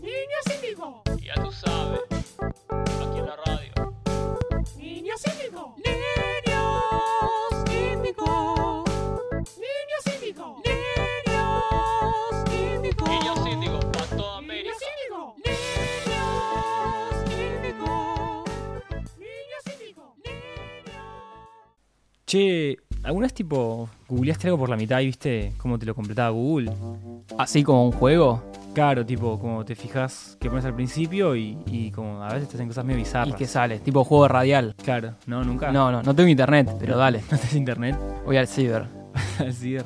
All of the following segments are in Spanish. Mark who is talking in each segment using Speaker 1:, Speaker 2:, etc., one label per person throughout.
Speaker 1: Niños Índigo,
Speaker 2: Ya tú sabes, aquí en la radio.
Speaker 1: niños Índigo,
Speaker 3: Niños Índigo,
Speaker 1: niños Índigo,
Speaker 3: niños Índigo,
Speaker 2: Y yo sí digo, para toda América.
Speaker 1: niños Índigo,
Speaker 3: niños Índigo.
Speaker 1: niños Índigo.
Speaker 4: Che, ¿alguna vez tipo googleaste algo por la mitad y viste cómo te lo completaba Google? ¿Así como un juego? Claro, tipo, como te fijas que pones al principio y, y como a veces te hacen cosas medio
Speaker 5: ¿Y
Speaker 4: bizarras.
Speaker 5: qué sale? ¿Tipo juego radial?
Speaker 4: Claro, no, nunca.
Speaker 5: No, no, no tengo internet, pero dale.
Speaker 4: ¿No tenés internet?
Speaker 5: Voy al ciber.
Speaker 4: Así es.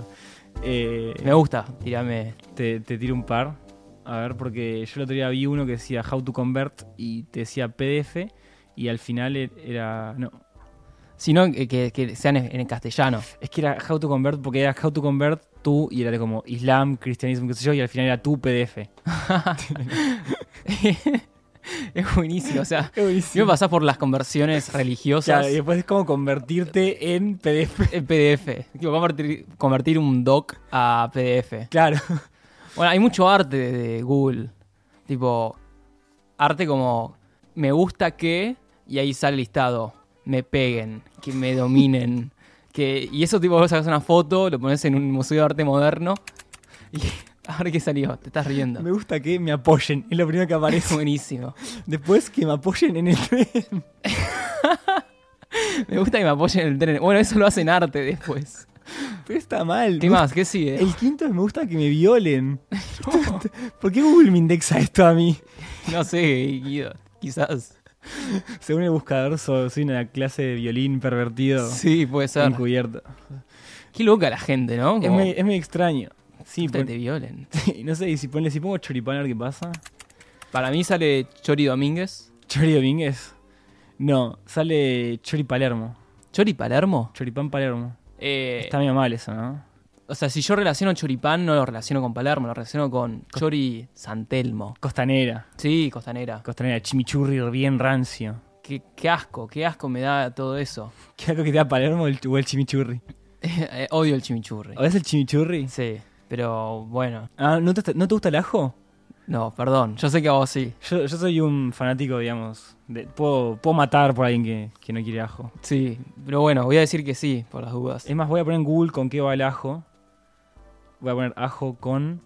Speaker 4: Eh,
Speaker 5: Me gusta, tirame.
Speaker 4: te, te tiro un par. A ver, porque yo el otro día vi uno que decía How to Convert y te decía PDF y al final e- era. No,
Speaker 5: Si no, que, que- que sean en, en castellano.
Speaker 4: Es que era How to Convert, porque era How to Convert tú y era como Islam, cristianismo, qué sé yo, y al final era tu PDF.
Speaker 5: es buenísimo, o sea.
Speaker 4: Es
Speaker 5: Si me pasás por las conversiones religiosas
Speaker 4: y después es como convertirte en PDF.
Speaker 5: en PDF. Tipo, convertir, convertir un doc a PDF.
Speaker 4: Claro.
Speaker 5: Bueno, hay mucho arte de, de Google. Tipo, arte como me gusta que, y ahí sale listado. Me peguen, que me dominen. que, y eso, tipo, vos sacas una foto, lo pones en un museo de arte moderno. Y a ver qué salió, te estás riendo.
Speaker 4: Me gusta que me apoyen. Es lo primero que
Speaker 5: Es
Speaker 4: aparece.
Speaker 5: buenísimo.
Speaker 4: después que me apoyen en el tren.
Speaker 5: Me gusta que me apoyen en el tren. Bueno, eso lo hacen arte después.
Speaker 4: Pero está mal.
Speaker 5: ¿Qué
Speaker 4: Me
Speaker 5: más? ¿Qué sigue?
Speaker 4: gusta- El quinto es me gusta que me violen. ¿Por qué Google me indexa esto a mí?
Speaker 5: No sé, Guido. Quizás.
Speaker 4: Según el buscador, so- soy una clase de violín pervertido.
Speaker 5: Sí, puede ser.
Speaker 4: Encubierto.
Speaker 5: Qué loca la gente, ¿no?
Speaker 4: Es
Speaker 5: Como,
Speaker 4: muy, es muy extraño. Sí,
Speaker 5: "Puta,
Speaker 4: pon-
Speaker 5: te violen.
Speaker 4: Y no sé, y si, ponle, si pongo choripán a ver qué pasa.
Speaker 5: Para mí sale Chori Domínguez.
Speaker 4: ¿Chori Domínguez? No, sale Chori Palermo.
Speaker 5: ¿Chori Palermo?
Speaker 4: Choripán Palermo.
Speaker 5: Eh,
Speaker 4: Está medio mal eso, ¿no?
Speaker 5: o sea, si yo relaciono choripán, no lo relaciono con Palermo, lo relaciono con Chori Santelmo.
Speaker 4: Costanera.
Speaker 5: Sí, costanera.
Speaker 4: Costanera, chimichurri bien rancio.
Speaker 5: Qué, qué asco, qué asco me da todo eso.
Speaker 4: ¿Qué algo que te da Palermo el- o el chimichurri?
Speaker 5: Eh, Odio el chimichurri.
Speaker 4: ¿O es el chimichurri?
Speaker 5: Sí, pero bueno.
Speaker 4: Ah, ¿no te, ¿no te gusta el ajo?
Speaker 5: No, perdón, yo sé que a vos sí.
Speaker 4: Yo, yo soy un fanático, digamos. de- puedo, puedo matar por alguien que, que no quiere ajo.
Speaker 5: Sí, pero bueno, voy a decir que sí, por las dudas.
Speaker 4: Es más, voy a poner en Google con qué va el ajo. Voy a poner ajo con...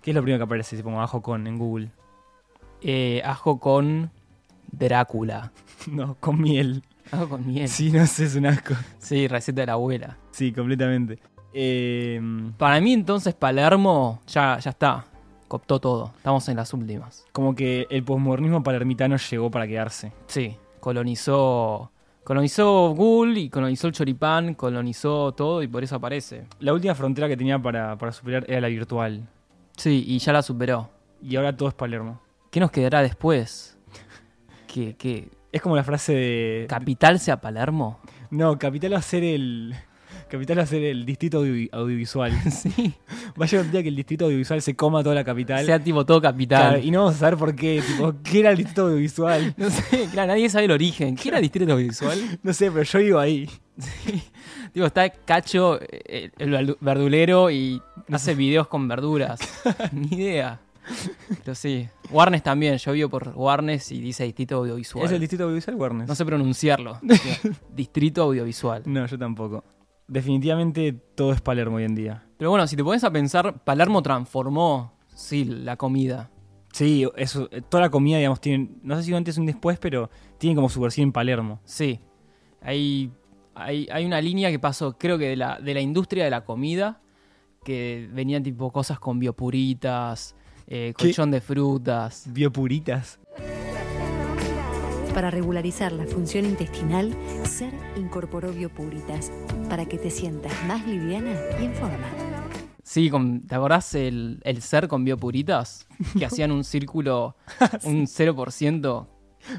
Speaker 4: ¿Qué es lo primero que aparece si pongo ajo con en Google?
Speaker 5: Eh, ajo con Drácula.
Speaker 4: No, con miel.
Speaker 5: Ajo con miel.
Speaker 4: Sí, no sé, es un asco.
Speaker 5: Sí, receta de la abuela.
Speaker 4: Sí, completamente. Eh,
Speaker 5: Para mí entonces Palermo ya, ya está. Coptó todo. Estamos en las últimas.
Speaker 4: como que el posmodernismo palermitano llegó para quedarse.
Speaker 5: Sí. Colonizó. Colonizó Google y colonizó el choripán, colonizó todo y por eso aparece.
Speaker 4: La última frontera que tenía para, para superar era la virtual.
Speaker 5: Sí, y ya la superó.
Speaker 4: Y ahora todo es Palermo.
Speaker 5: ¿Qué nos quedará después? ¿Que, que
Speaker 4: Es como la frase de...
Speaker 5: capital sea Palermo?
Speaker 4: no, capital va a ser el... Capital va a ser el distrito audio- audiovisual.
Speaker 5: Sí.
Speaker 4: Va a llegar un día que el distrito audiovisual se coma toda la capital.
Speaker 5: Sea tipo todo
Speaker 4: Claro,
Speaker 5: capital.
Speaker 4: y no vamos a saber por qué. Tipo, ¿qué era el distrito audiovisual?
Speaker 5: No sé, claro, nadie sabe el origen. ¿Qué era distrito visual?
Speaker 4: No sé, pero yo vivo ahí.
Speaker 5: Digo, está Cacho, eh, el verdu- verdulero, y hace videos con verduras. Ni idea. Pero sí. Warnes también. Yo vivo por Warnes y dice distrito audiovisual.
Speaker 4: ¿Es el distrito audiovisual, Warnes?
Speaker 5: no sé pronunciarlo. Digo, distrito audiovisual.
Speaker 4: no, yo tampoco. Definitivamente todo es Palermo hoy en día.
Speaker 5: Pero bueno, si te pones a pensar, Palermo transformó, sí, la comida.
Speaker 4: Sí, eso, eh, toda la comida, digamos, tiene, no sé si un antes o un después, pero tiene como su versión en Palermo.
Speaker 5: Sí. Hay, hay, hay una línea que pasó, creo que de la, de la industria de la comida, que venían tipo cosas con biopuritas, eh,
Speaker 4: ¿Qué?
Speaker 5: colchón de frutas.
Speaker 4: Biopuritas.
Speaker 6: Para regularizar la función intestinal, SER incorporó biopuritas para que te sientas más liviana y en forma.
Speaker 5: Sí, con- ¿te acordás el, el ser con biopuritas? Que hacían un círculo, un 0%.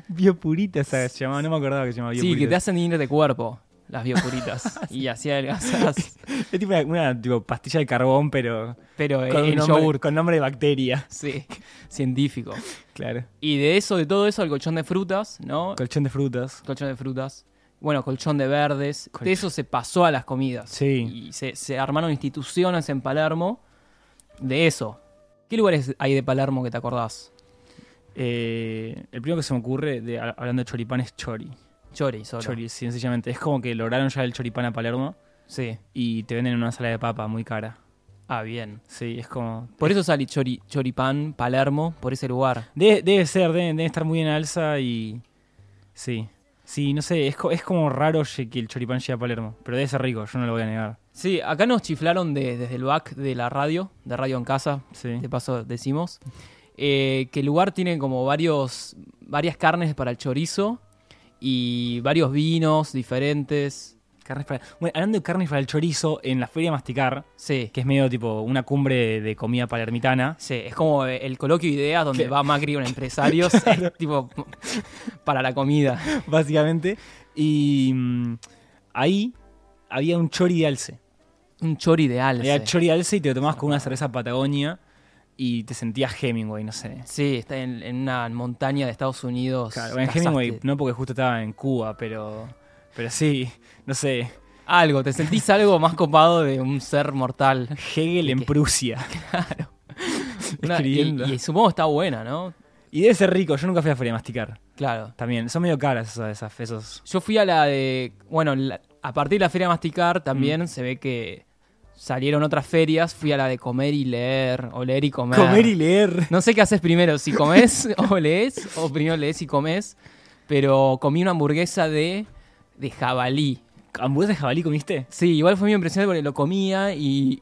Speaker 4: Biopuritas ¿sabes? se llamaba, no me acordaba que se llamaba
Speaker 5: Sí, que te
Speaker 4: biopuritas.
Speaker 5: hacen ir de cuerpo, las biopuritas. y así adelgazas,
Speaker 4: Es tipo una, una, tipo, pastilla de carbón, pero
Speaker 5: pero
Speaker 4: con, un
Speaker 5: en
Speaker 4: nombre,
Speaker 5: yogur.
Speaker 4: con nombre de bacteria.
Speaker 5: Sí, científico.
Speaker 4: Claro.
Speaker 5: Y de eso, de todo eso, el colchón de frutas, ¿no?
Speaker 4: Colchón de frutas.
Speaker 5: colchón de frutas. bueno, colchón de verdes.
Speaker 4: Colchón.
Speaker 5: De eso se pasó a las comidas.
Speaker 4: Sí.
Speaker 5: Y se, se armaron instituciones en Palermo de eso. ¿Qué lugares hay de Palermo que te acordás?
Speaker 4: Eh, el primero que se me ocurre, de, a- hablando de choripán, es chori.
Speaker 5: Chori, solo.
Speaker 4: Chori, sencillamente. Es como que lograron ya el choripán a Palermo
Speaker 5: Sí.
Speaker 4: y te venden en una sala de papa muy cara.
Speaker 5: Ah, bien.
Speaker 4: Sí, es como...
Speaker 5: Por eso sale chori, Choripán, Palermo, por ese lugar.
Speaker 4: Debe, debe ser, debe, debe estar muy en alza y... Sí. Sí, no sé, es, co- es como raro lle- que el choripán llegue a Palermo, pero debe ser rico, yo no lo voy a negar.
Speaker 5: Sí, acá nos chiflaron de- desde el back de la radio, de Radio en Casa,
Speaker 4: Sí.
Speaker 5: de paso decimos, eh, que el lugar tiene como varios, varias carnes para el chorizo y varios vinos diferentes.
Speaker 4: Carnes para- Bueno, hablando de carnes para el chorizo, en la Feria Masticar,
Speaker 5: Sí,
Speaker 4: que es medio tipo una cumbre de comida palermitana,
Speaker 5: sí, es como el coloquio de ideas donde
Speaker 4: Que-
Speaker 5: va Macri con empresarios, es tipo para la comida.
Speaker 4: básicamente, y mm, ahí había un chori de alce.
Speaker 5: Un chori de alce.
Speaker 4: Había chori de alce y te lo tomabas con una cerveza Patagonia y te sentías Hemingway, no sé.
Speaker 5: Sí, está en, en una montaña de Estados Unidos.
Speaker 4: Claro, en
Speaker 5: Cazaste
Speaker 4: Hemingway, no porque justo estaba en Cuba, pero, pero sí, no sé,
Speaker 5: Algo, te sentís algo más copado de un ser mortal.
Speaker 4: Hegel en
Speaker 5: qué?
Speaker 4: Prusia,
Speaker 5: Una-
Speaker 4: escribiendo.
Speaker 5: y,
Speaker 4: Y,
Speaker 5: y supongo que está buena, ¿no?
Speaker 4: debe ser rico, yo nunca fui a Feria Masticar,
Speaker 5: Claro.
Speaker 4: también, son medio caras esas, esas esos.
Speaker 5: Yo fui a la de. Bueno, la- a partir de la Feria Masticar
Speaker 4: Mm.
Speaker 5: también se ve que salieron otras ferias. Fui a la de comer y leer, o leer y comer.
Speaker 4: Comer y leer.
Speaker 5: No sé qué haces primero, si comes o lees, o primero lees y comes. Pero comí una hamburguesa de, de jabalí.
Speaker 4: ¿Hamburguesa de jabalí comiste?
Speaker 5: Sí, igual fue muy impresionante porque lo comía y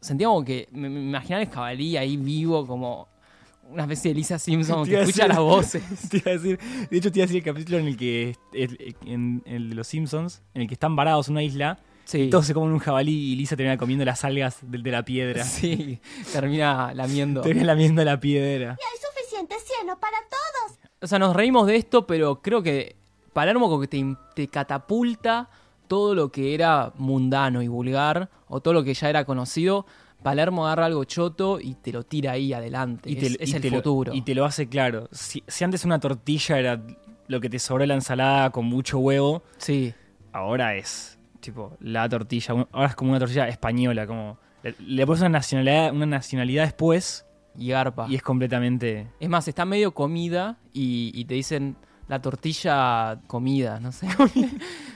Speaker 5: sentía como que me, me imaginaba el jabalí ahí vivo, como una especie de Lisa Simpson
Speaker 4: Te
Speaker 5: que
Speaker 4: iba a
Speaker 5: escucha
Speaker 4: decir-
Speaker 5: las voces.
Speaker 4: Te iba a decir, de hecho, te iba a decir el capítulo en el que es- es- en, en el de los Simpsons, en el que están varados en una isla,
Speaker 5: Sí.
Speaker 4: todos se comen un jabalí y Lisa termina comiendo las algas de, de la piedra.
Speaker 5: Sí, termina lamiendo.
Speaker 4: Termina lamiendo la piedra.
Speaker 7: suficiente cieno para todos.
Speaker 5: O sea, nos reímos de esto, pero creo que Palermo como que te, im- te catapulta todo lo que era mundano y vulgar, o todo lo que ya era conocido. Palermo agarra algo choto y te lo tira ahí adelante.
Speaker 4: Y te-
Speaker 5: es
Speaker 4: y
Speaker 5: es el
Speaker 4: te lo-
Speaker 5: futuro.
Speaker 4: y te lo hace claro. Si, si antes una tortilla era lo que te sobró de la ensalada con mucho huevo,
Speaker 5: Sí.
Speaker 4: ahora es tipo la tortilla. un- Ahora es como una tortilla española, como. Le, le pones una nacionalidad, una nacionalidad después
Speaker 5: Y garpa.
Speaker 4: y es completamente.
Speaker 5: Es más, está medio comida y, y te dicen la tortilla comida, no sé.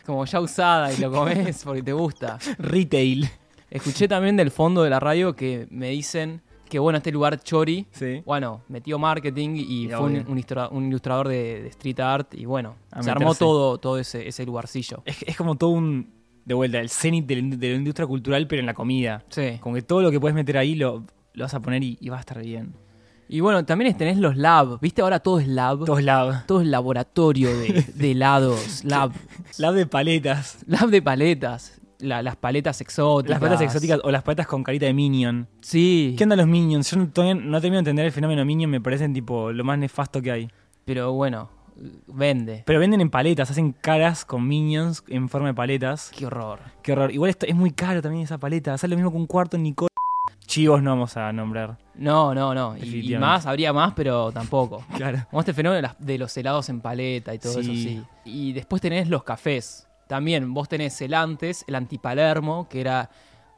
Speaker 5: Como ya usada y lo comes porque te gusta.
Speaker 4: Retail.
Speaker 5: Escuché también del fondo de la radio que me dicen que bueno, este lugar Chori,
Speaker 4: Sí.
Speaker 5: bueno, metió marketing y
Speaker 4: Y
Speaker 5: fue un,
Speaker 4: obvio.
Speaker 5: un istra- un ilustrador de, de street art y bueno,
Speaker 4: A
Speaker 5: se armó
Speaker 4: meterse.
Speaker 5: todo, todo ese, ese lugarcillo.
Speaker 4: Es, es como todo un. De vuelta, el cenit de la, ind- de la industria cultural, pero en la comida.
Speaker 5: Sí.
Speaker 4: Como que todo lo que puedes meter ahí lo, lo vas a poner y, y va a estar bien.
Speaker 5: Y bueno, también tenés los lab, ¿viste? Ahora todo es lab.
Speaker 4: Todos lados.
Speaker 5: Todo es laboratorio de, de helados, lab.
Speaker 4: Lab de paletas.
Speaker 5: Lab de paletas. La- las paletas exóticas.
Speaker 4: Las paletas exóticas o las paletas con carita de minion.
Speaker 5: Sí.
Speaker 4: ¿Qué onda los minions? Yo no, todavía no termino de entender el fenómeno minion, me parecen tipo lo más nefasto que hay.
Speaker 5: Pero bueno, vende.
Speaker 4: Pero venden en paletas, hacen caras con minions en forma de paletas.
Speaker 5: Qué horror.
Speaker 4: Qué horror. Igual esto es muy caro también esa paleta. Sale lo mismo que un cuarto en Nicole. Chivos no vamos a nombrar.
Speaker 5: No, no, no. Y- Y,
Speaker 4: Definitivamente.
Speaker 5: más, habría más, pero tampoco.
Speaker 4: Claro.
Speaker 5: Como este fenómeno de, las- de los helados en paleta y todo eso,
Speaker 4: Sí.
Speaker 5: sí. Y después tenés los cafés. También vos tenés el antes, el antipalermo, que era,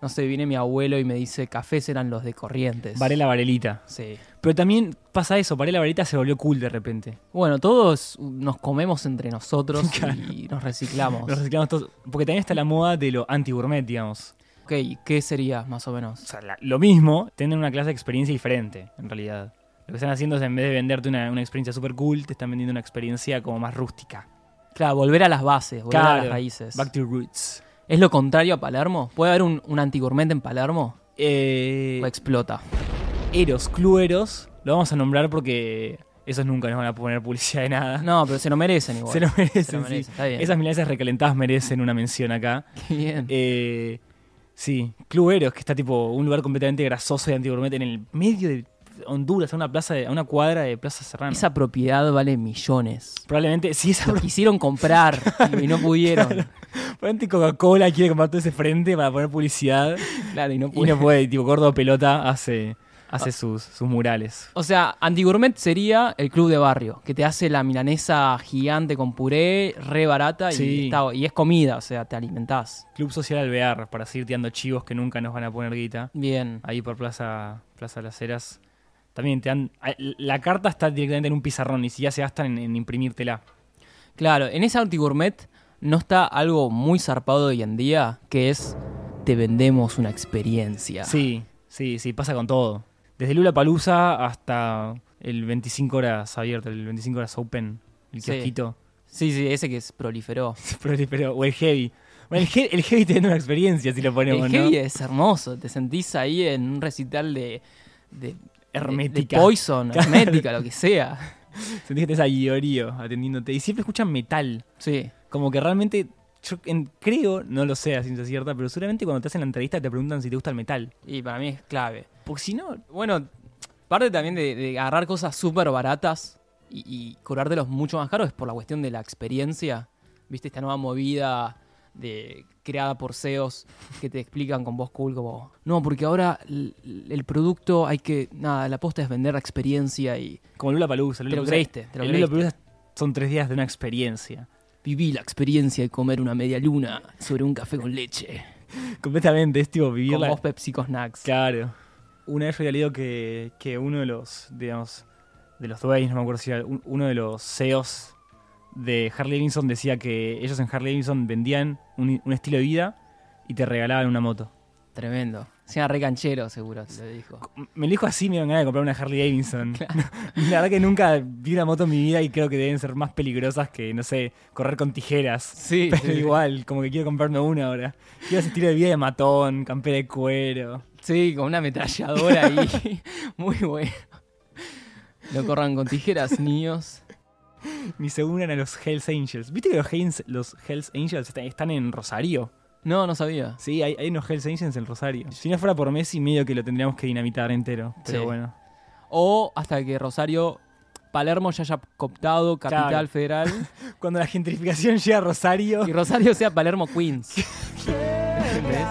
Speaker 5: no sé, viene mi abuelo y me dice, cafés eran los de Corrientes.
Speaker 4: Varela Varelita.
Speaker 5: Sí.
Speaker 4: Pero también pasa eso, Varela Varelita se volvió cool de repente.
Speaker 5: Bueno, todos nos comemos entre nosotros y nos reciclamos.
Speaker 4: Los reciclamos todos. Porque también está la moda de lo anti-gourmet, digamos.
Speaker 5: ok, ¿qué sería más o menos?
Speaker 4: O sea, la- lo mismo, tienen una clase de experiencia diferente, en realidad. Lo que están haciendo es en vez de venderte una, una experiencia super cool, te están vendiendo una experiencia como más rústica.
Speaker 5: Claro, volver a las bases, volver a
Speaker 4: Claro.
Speaker 5: las raíces.
Speaker 4: Back to roots.
Speaker 5: ¿Es lo contrario a Palermo? ¿Puede haber un, un antigourmet en Palermo?
Speaker 4: Eh,
Speaker 5: O explota.
Speaker 4: Eros, Clueros, lo vamos a nombrar porque esos nunca nos van a poner publicidad de nada.
Speaker 5: No, pero se lo merecen igual.
Speaker 4: se lo merecen.
Speaker 5: se lo merecen,
Speaker 4: sí.
Speaker 5: está bien.
Speaker 4: Esas milanesas recalentadas merecen una mención acá.
Speaker 5: Qué bien.
Speaker 4: Eh, sí, Club Eros, que está tipo un lugar completamente grasoso y antigourmet en el medio de Honduras, a una plaza, de- a una cuadra de Plaza Serrano.
Speaker 5: Esa propiedad vale millones.
Speaker 4: Probablemente, sí, esa
Speaker 5: Lo quisieron comprar y no pudieron. Claro,
Speaker 4: probablemente Coca-Cola quiere comprar todo ese frente para poner publicidad
Speaker 5: y no
Speaker 4: y no
Speaker 5: pudieron.
Speaker 4: puede, tipo, gordo pelota hace, hace sus, sus murales.
Speaker 5: O sea, Antiguurmet sería el club de barrio, que te hace la milanesa gigante con puré, re barata
Speaker 4: Sí.
Speaker 5: y, está- y es comida, o sea, te alimentás.
Speaker 4: Club Social Alvear, para seguir tirando chivos que nunca nos van a poner guita.
Speaker 5: Bien.
Speaker 4: Ahí por Plaza, Plaza Las Heras. También te dan. a- La carta está directamente en un pizarrón, ni siquiera se gastan en, en imprimírtela.
Speaker 5: Claro, en ese Antiguurmet no está algo muy zarpado hoy en día, que es te vendemos una experiencia.
Speaker 4: Sí, sí, sí, pasa con todo. Desde Lula Palusa hasta el 25 horas abierto, el 25 horas open, el
Speaker 5: Sí.
Speaker 4: kiosquito.
Speaker 5: sí, sí, ese que se proliferó.
Speaker 4: Pero- pero- o el heavy. Bueno, el, he- el heavy te da una experiencia si lo ponemos,
Speaker 5: el
Speaker 4: ¿no?
Speaker 5: heavy es hermoso, te sentís ahí en un recital de... de
Speaker 4: Hermética.
Speaker 5: de Poison,
Speaker 4: Claro.
Speaker 5: hermética, lo que sea.
Speaker 4: Sentís que te a Iorio atendiéndote. Y siempre escuchan metal.
Speaker 5: Sí.
Speaker 4: Como que realmente, yo en- creo, no lo sé a ciencia cierta, pero seguramente cuando te hacen la entrevista te preguntan si te gusta el metal.
Speaker 5: Y para mí es clave.
Speaker 4: Porque si no,
Speaker 5: Bueno, parte también de, de agarrar cosas súper baratas y, y cobrártelos mucho más caros es por la cuestión de la experiencia. ¿Viste esta nueva movida de, creada por CEOs que te explican con voz cool como, no, porque ahora l- l- el producto hay que, nada, la aposta es vender la experiencia y
Speaker 4: como Lula Palusa.
Speaker 5: Te lo creíste, te lo
Speaker 4: Lula Palusa son tres días de una experiencia.
Speaker 5: viví la experiencia de comer una media luna sobre un café con leche.
Speaker 4: Completamente, es tipo vivir
Speaker 5: Con
Speaker 4: la,
Speaker 5: vos Pepsi con snacks.
Speaker 4: Claro. Una vez yo había leído que, que uno de los, digamos, de los dueños, no me acuerdo si era, un- uno de los CEOs de Harley Davidson decía que ellos en Harley Davidson vendían un, un estilo de vida y te regalaban una moto.
Speaker 5: Tremendo. Sea re canchero, seguro, te lo dijo.
Speaker 4: Me lo dijo así, me dieron ganas de comprar una Harley Davidson. La verdad que nunca vi una moto en mi vida y creo que deben ser más peligrosas que, no sé, correr con tijeras.
Speaker 5: Sí,
Speaker 4: Pero
Speaker 5: sí, sí.
Speaker 4: igual, como que quiero comprarme una ahora. Quiero ese estilo de vida de matón, campera de cuero.
Speaker 5: Sí, con una ametralladora ahí. Muy bueno. No corran con tijeras, niños.
Speaker 4: Ni se unan a los Hells Angels. ¿Viste que los, Hells- los Hells Angels está- están en Rosario?
Speaker 5: No, no sabía.
Speaker 4: Sí, hay, hay unos Hells Angels en Rosario. Si no fuera por Messi, medio que lo tendríamos que dinamitar entero. Pero
Speaker 5: Sí.
Speaker 4: bueno.
Speaker 5: O hasta que Rosario Palermo ya haya cooptado Capital
Speaker 4: Claro.
Speaker 5: Federal
Speaker 4: Cuando la gentrificación llega a Rosario,
Speaker 5: y Rosario sea Palermo Queens. ¿Entendés?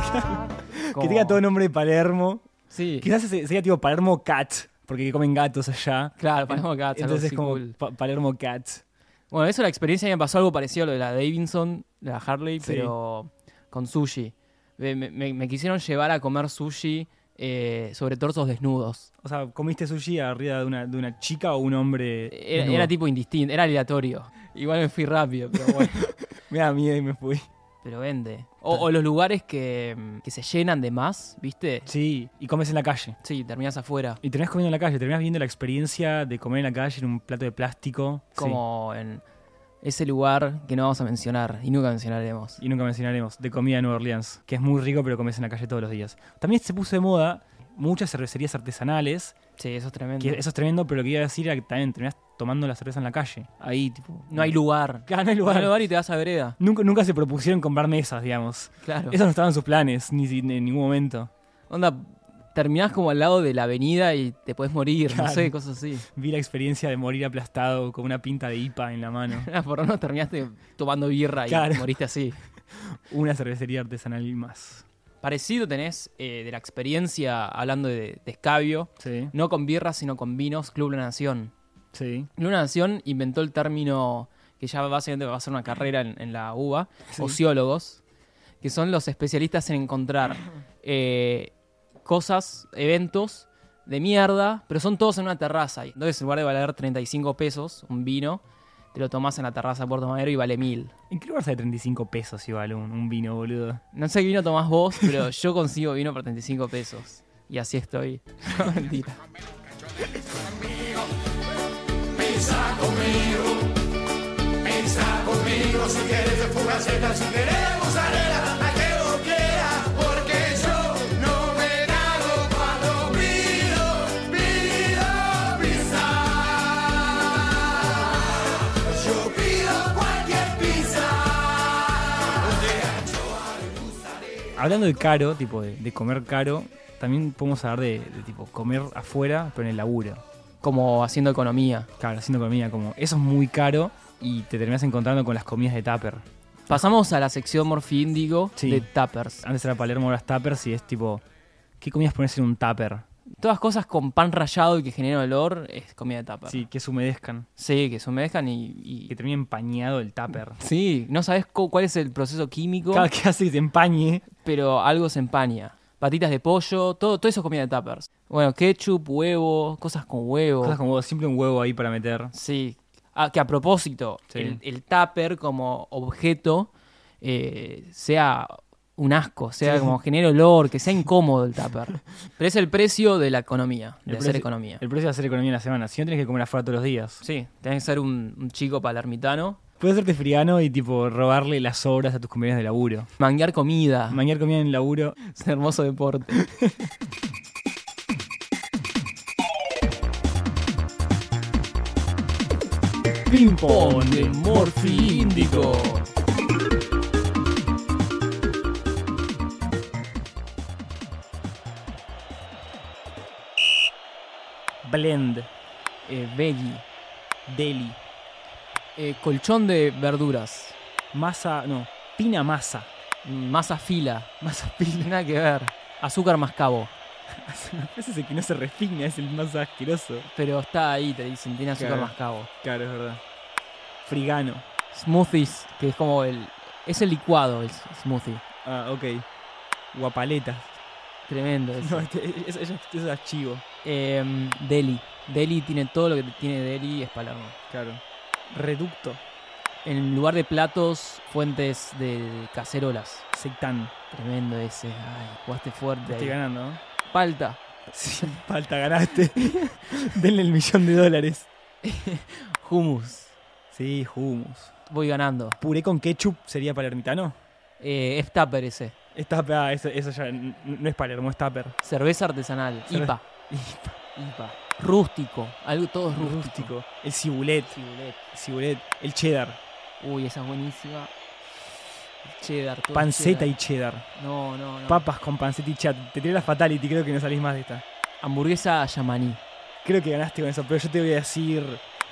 Speaker 4: que
Speaker 5: Como-
Speaker 4: tenga todo nombre de Palermo.
Speaker 5: Sí,
Speaker 4: Quizás ese- sería tipo Palermo Cat, porque comen gatos allá.
Speaker 5: claro, Palermo Cats. algo
Speaker 4: Entonces
Speaker 5: así
Speaker 4: es como
Speaker 5: cool.
Speaker 4: Pa- Palermo Cat.
Speaker 5: Bueno, eso la experiencia me pasó algo parecido a lo de la Davidson, de la Harley,
Speaker 4: Sí.
Speaker 5: pero con sushi. Eh, Me, me- me quisieron llevar a comer sushi eh, sobre torsos desnudos.
Speaker 4: O sea, ¿comiste sushi arriba de una, de una chica o un hombre?
Speaker 5: E-, Era,
Speaker 4: desnudo?
Speaker 5: Eh, era tipo indistinto, era aleatorio. Igual me fui rápido, pero bueno.
Speaker 4: Me da miedo y me fui.
Speaker 5: pero vende. O, o los lugares que, mm, que se llenan de más, ¿viste?
Speaker 4: Sí, y comes en la calle.
Speaker 5: Sí, terminas afuera.
Speaker 4: Y terminás comiendo en la calle, terminás viendo la experiencia de comer en la calle en un plato de plástico. Sí.
Speaker 5: Como en ese lugar que no vamos a mencionar y nunca mencionaremos.
Speaker 4: Y nunca mencionaremos, de comida de Nueva Orleans, que es muy rico, pero comes en la calle todos los días. También se puso de moda muchas cervecerías artesanales,
Speaker 5: Sí, eso es tremendo.
Speaker 4: que eso es tremendo, pero lo que iba a decir era que también terminás tomando la cerveza en la calle. Ahí, tipo.
Speaker 5: No hay lugar.
Speaker 4: Claro, no hay
Speaker 5: No
Speaker 4: lugar.
Speaker 5: hay lugar y te vas a vereda.
Speaker 4: Nunca, nunca se propusieron comprar mesas, digamos.
Speaker 5: Claro.
Speaker 4: Eso no estaba en sus planes, ni si- ni en ningún momento.
Speaker 5: Onda, terminás como al lado de la avenida y te puedes morir,
Speaker 4: Claro.
Speaker 5: no sé, cosas así.
Speaker 4: Vi la experiencia de morir aplastado con una pinta de IPA en la mano.
Speaker 5: Por lo menos terminaste tomando birra y
Speaker 4: Claro.
Speaker 5: moriste así.
Speaker 4: Una cervecería artesanal más.
Speaker 5: Parecido tenés eh, de la experiencia hablando de- de escabio.
Speaker 4: Sí,
Speaker 5: no con birras, sino con vinos, Club La Nación.
Speaker 4: sí.
Speaker 5: Club La Nación inventó el término que ya básicamente va a ser una carrera en, en la UBA,
Speaker 4: Sí.
Speaker 5: ociólogos, que son los especialistas en encontrar eh, cosas, eventos de mierda, pero son todos en una terraza. Entonces, en lugar de valer 35 pesos un vino, te lo tomás en la terraza de Puerto Madero y vale mil.
Speaker 4: ¿En qué lugar sale 35 pesos si vale un, un vino, boludo?
Speaker 5: No sé qué vino tomás vos, pero yo consigo vino por 35 pesos. Y así estoy. No, mentira.
Speaker 4: Hablando de caro, tipo de, de comer caro, también podemos hablar de, de tipo comer afuera, pero en el laburo.
Speaker 5: Como haciendo economía.
Speaker 4: Claro, haciendo comida como eso es muy caro y te terminas encontrando con las comidas de tupper.
Speaker 5: Pasamos a la sección morfíndigo
Speaker 4: Sí.
Speaker 5: de Tappers.
Speaker 4: Antes era Palermo, ahora es tuppers y es tipo, ¿qué comidas pones en un tupper?
Speaker 5: Todas cosas con pan rallado y que generan olor es comida de tupper.
Speaker 4: Sí, que se humedezcan.
Speaker 5: Sí, que se humedezcan y... y-
Speaker 4: Que termine empañado el tupper.
Speaker 5: Sí, no sabes cu- cuál es el proceso químico,
Speaker 4: Cada que hace que se empañe.
Speaker 5: pero algo se empaña. Patitas de pollo, todo, todo eso es comida de tuppers. Bueno, ketchup, huevo, cosas con huevo.
Speaker 4: Oh. Cosas como siempre un huevo ahí para meter.
Speaker 5: Sí. Ah, que a propósito,
Speaker 4: Sí.
Speaker 5: el, el tupper como objeto eh, sea un asco, sea como genere olor, que sea incómodo el tupper. Pero es el precio de la economía, de
Speaker 4: El
Speaker 5: hacer
Speaker 4: precio-
Speaker 5: economía.
Speaker 4: El precio de hacer economía en la semana. Si no tenés que comer afuera todos los días.
Speaker 5: Sí, tenés que ser un, un chico palermitano.
Speaker 4: Puedes hacerte friano y tipo robarle las obras a tus compañeros de laburo.
Speaker 5: Manguear comida.
Speaker 4: Mañana comida en el laburo.
Speaker 5: es un hermoso deporte.
Speaker 4: Ping
Speaker 5: Morphy Índico.
Speaker 4: Blend.
Speaker 5: Eh, veggie.
Speaker 4: Deli.
Speaker 5: Eh, colchón de verduras.
Speaker 4: Masa. No. Pina masa.
Speaker 5: Masa fila.
Speaker 4: Masa pina.
Speaker 5: Nada que ver. Azúcar mascabo.
Speaker 4: Ese es el que no se refina, es el más asqueroso.
Speaker 5: Pero está ahí, te dicen, tiene azúcar
Speaker 4: Claro.
Speaker 5: mascabo.
Speaker 4: Claro, es verdad. Frigano.
Speaker 5: Smoothies, que es como el. Es el licuado, el s- smoothie.
Speaker 4: Ah, ok. Guapaletas.
Speaker 5: Tremendo. eso.
Speaker 4: No, este- eso, eso- eso es chivo.
Speaker 5: Em, Delhi. Delhi tiene todo lo que tiene Delhi, es Palermo.
Speaker 4: Claro. Reducto.
Speaker 5: En lugar de platos, fuentes de cacerolas.
Speaker 4: Sectán.
Speaker 5: Tremendo ese. Ay, jugaste fuerte.
Speaker 4: Estoy
Speaker 5: ahí.
Speaker 4: ganando, ¿no?
Speaker 5: Palta.
Speaker 4: Sí, falta, ganaste. Denle el millón de dólares.
Speaker 5: Hummus.
Speaker 4: Sí, hummus.
Speaker 5: Voy ganando.
Speaker 4: ¿Puré con ketchup sería palermitano?
Speaker 5: Eh, es tupper ese.
Speaker 4: Es tupper, ah, eso, eso ya n- no es palermo, es tupper.
Speaker 5: Cerveza artesanal.
Speaker 4: Cerve-
Speaker 5: IPA. IPA. Rústico. Algo todo es rústico.
Speaker 4: Rústico. El cibulet.
Speaker 5: Cibulet.
Speaker 4: Cibulet. El cheddar.
Speaker 5: Uy, esa es buenísima. El Cheddar. todo
Speaker 4: Panceta
Speaker 5: cheddar.
Speaker 4: y cheddar.
Speaker 5: No, no, no.
Speaker 4: Papas con panceta y chat. Te tiré la fatality, creo que no salís más de esta.
Speaker 5: Hamburguesa yamaní.
Speaker 4: Creo que ganaste con eso, pero yo te voy a decir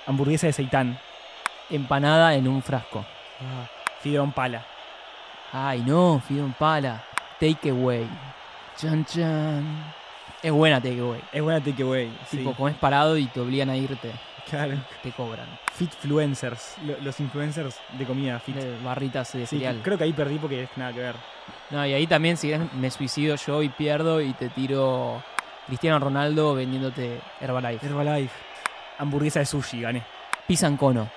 Speaker 4: hamburguesa de seitán.
Speaker 5: Empanada en un frasco.
Speaker 4: Ah, fideón pala.
Speaker 5: Ay, no, fideo en pala. Takeaway. Chan, chan. Es buena takeaway.
Speaker 4: Es buena takeaway. Sí,
Speaker 5: Tipo, comes parado y te obligan a irte.
Speaker 4: claro.
Speaker 5: Te cobran.
Speaker 4: Fitfluencers. lo- los influencers de comida fit.
Speaker 5: De Eh, barritas de
Speaker 4: Sí,
Speaker 5: cereal.
Speaker 4: creo que ahí perdí porque es nada que ver.
Speaker 5: No, y ahí también, si querés, me suicido yo y pierdo y te tiro Cristiano Ronaldo vendiéndote Herbalife.
Speaker 4: Herbalife. Hamburguesa de sushi, gané.
Speaker 5: Pizza en cono.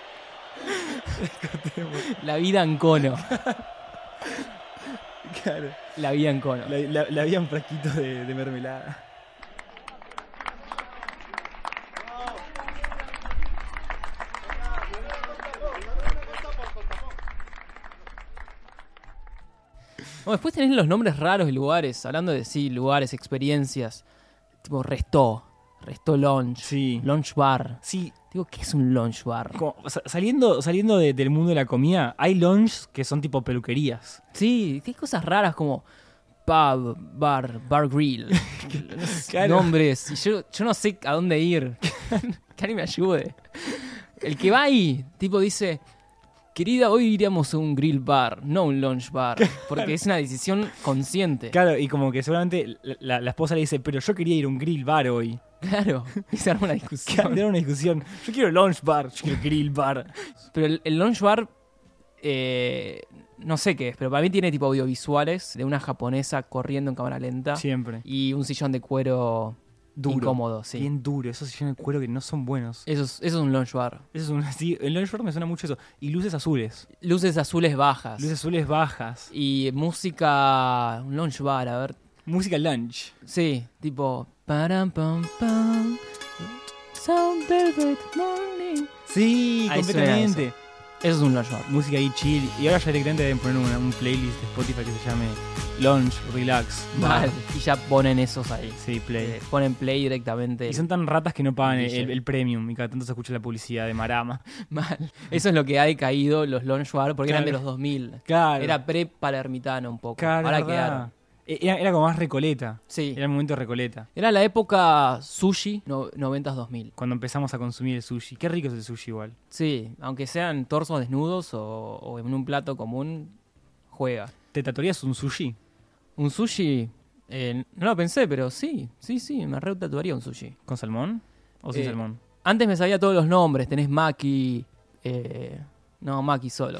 Speaker 5: La vida en cono.
Speaker 4: Claro.
Speaker 5: La vida en cono.
Speaker 4: La, la, la había un frasquito de, de mermelada.
Speaker 5: No, después tenés los nombres raros de lugares, hablando de sí, lugares, experiencias. Tipo, restó. Restó lunch.
Speaker 4: Sí.
Speaker 5: Lunch bar.
Speaker 4: Sí,
Speaker 5: Digo, ¿qué es un lunch bar?
Speaker 4: como- sa- saliendo, saliendo de- del mundo de la comida, hay lounges que son tipo peluquerías.
Speaker 5: Sí, qué cosas raras como pub, bar, bar grill.
Speaker 4: Claro.
Speaker 5: Nombres. Y yo, yo no sé a dónde ir. que alguien me ayude. El que va ahí, tipo dice, querida, hoy iríamos a un grill bar, no a un lunch bar. Porque es una decisión consciente.
Speaker 4: Claro, y como que seguramente la, la- la esposa le dice, pero yo quería ir a un grill bar hoy.
Speaker 5: Claro. Y se arma una
Speaker 4: Que
Speaker 5: discusión.
Speaker 4: era una discusión. Yo quiero lunch bar, yo quiero grill bar.
Speaker 5: Pero el, el lunch bar, eh, no sé qué es, pero para mí tiene tipo audiovisuales de una japonesa corriendo en cámara lenta.
Speaker 4: Siempre.
Speaker 5: Y un sillón de cuero
Speaker 4: Ah, Duro.
Speaker 5: incómodo, sí.
Speaker 4: Bien duro, esos sillones de cuero que no son buenos.
Speaker 5: Eso es, eso es un lounge bar.
Speaker 4: Eso es un, sí, el lunch bar me suena mucho eso. Y luces azules.
Speaker 5: Luces azules bajas.
Speaker 4: Luces azules bajas.
Speaker 5: Y música. Un lounge bar, a ver.
Speaker 4: Música lunch.
Speaker 5: Sí, tipo. Param, pam, pam. Some velvet morning.
Speaker 4: Sí,
Speaker 5: Ahí suena
Speaker 4: completamente.
Speaker 5: Eso es un lounge bar.
Speaker 4: Música ahí chill. Y ahora ya directamente deben poner una- un playlist de Spotify que se llame Lunch, Relax, Bar.
Speaker 5: Mal. Y ya ponen esos ahí.
Speaker 4: Sí, play.
Speaker 5: Eh, Ponen play directamente.
Speaker 4: Y son tan ratas que no pagan el,
Speaker 5: DJ.
Speaker 4: el premium y cada tanto se escucha la publicidad de Marama.
Speaker 5: Mal. Eso es lo que ha decaído los lounge bar porque eran de
Speaker 4: Claro.
Speaker 5: los 2000.
Speaker 4: Claro.
Speaker 5: Era pre-palermitano un poco.
Speaker 4: Claro,
Speaker 5: Ahora
Speaker 4: es verdad.
Speaker 5: quedaron.
Speaker 4: Eh, Era, era como más recoleta.
Speaker 5: Sí.
Speaker 4: Era el momento de recoleta.
Speaker 5: Era la época sushi, no, 90s-2000.
Speaker 4: Cuando empezamos a consumir el sushi. Qué rico es el sushi igual.
Speaker 5: Sí, aunque sean torsos desnudos o, o en un plato común, juega.
Speaker 4: ¿Te tatuarías un sushi?
Speaker 5: Un sushi, Eh, no lo pensé, pero sí, sí, sí, me re tatuaría un sushi.
Speaker 4: ¿Con salmón? ¿O sin
Speaker 5: Eh,
Speaker 4: salmón?
Speaker 5: Antes me sabía todos los nombres. Tenés Maki. eh, no, Maki solo.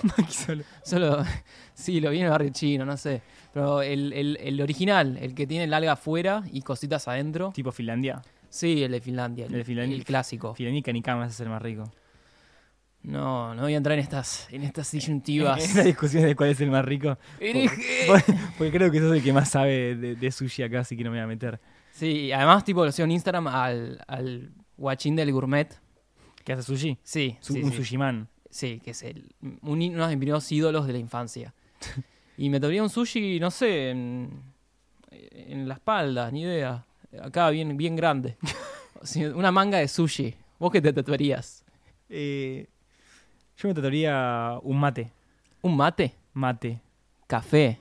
Speaker 5: Solo. Sí, lo vi en el barrio chino, no sé. Pero el, el- el original, el que tiene el alga afuera y cositas adentro.
Speaker 4: Tipo Finlandia.
Speaker 5: Sí, el de Finlandia. El,
Speaker 4: El de Finlandia.
Speaker 5: el clásico.
Speaker 4: Finlandia y Canicama es el más rico.
Speaker 5: No, no voy a entrar en estas, en estas disyuntivas.
Speaker 4: Esa discusión de cuál es el más rico.
Speaker 5: Hereje.
Speaker 4: Porque, porque creo que sos el que más sabe de, de sushi acá, así que no me voy a meter.
Speaker 5: Sí, y además, tipo, lo sigo en Instagram al, al guachín del gourmet.
Speaker 4: ¿Qué hace sushi?
Speaker 5: Sí,
Speaker 4: Su-
Speaker 5: sí,
Speaker 4: un
Speaker 5: sí.
Speaker 4: sushiman.
Speaker 5: Sí, que es el, un- uno de mis primeros ídolos de la infancia. Y me tomaría un sushi, no sé, en, en la espalda, ni idea. Acá, bien, bien grande. O sea, Una manga de sushi. ¿Vos qué te tatuarías?
Speaker 4: Eh, yo me trataría un mate.
Speaker 5: ¿Un mate?
Speaker 4: Mate.
Speaker 5: ¿Café?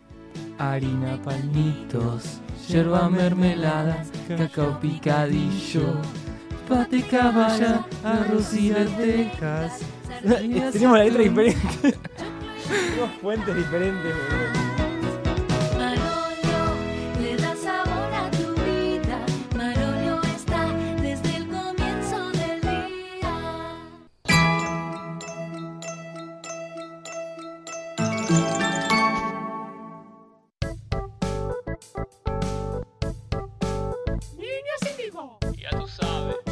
Speaker 4: Harina, palmitos,
Speaker 5: yerba mermelada, cacao picadillo, pate caballa, arroz y lentejas.
Speaker 4: Tenemos la letra diferente. Tenemos fuentes diferentes, boludo.
Speaker 8: Manolo le da sabor a tu vida. Manolo está desde el comienzo del día.
Speaker 1: Niños índigo.
Speaker 2: Ya tú sabes.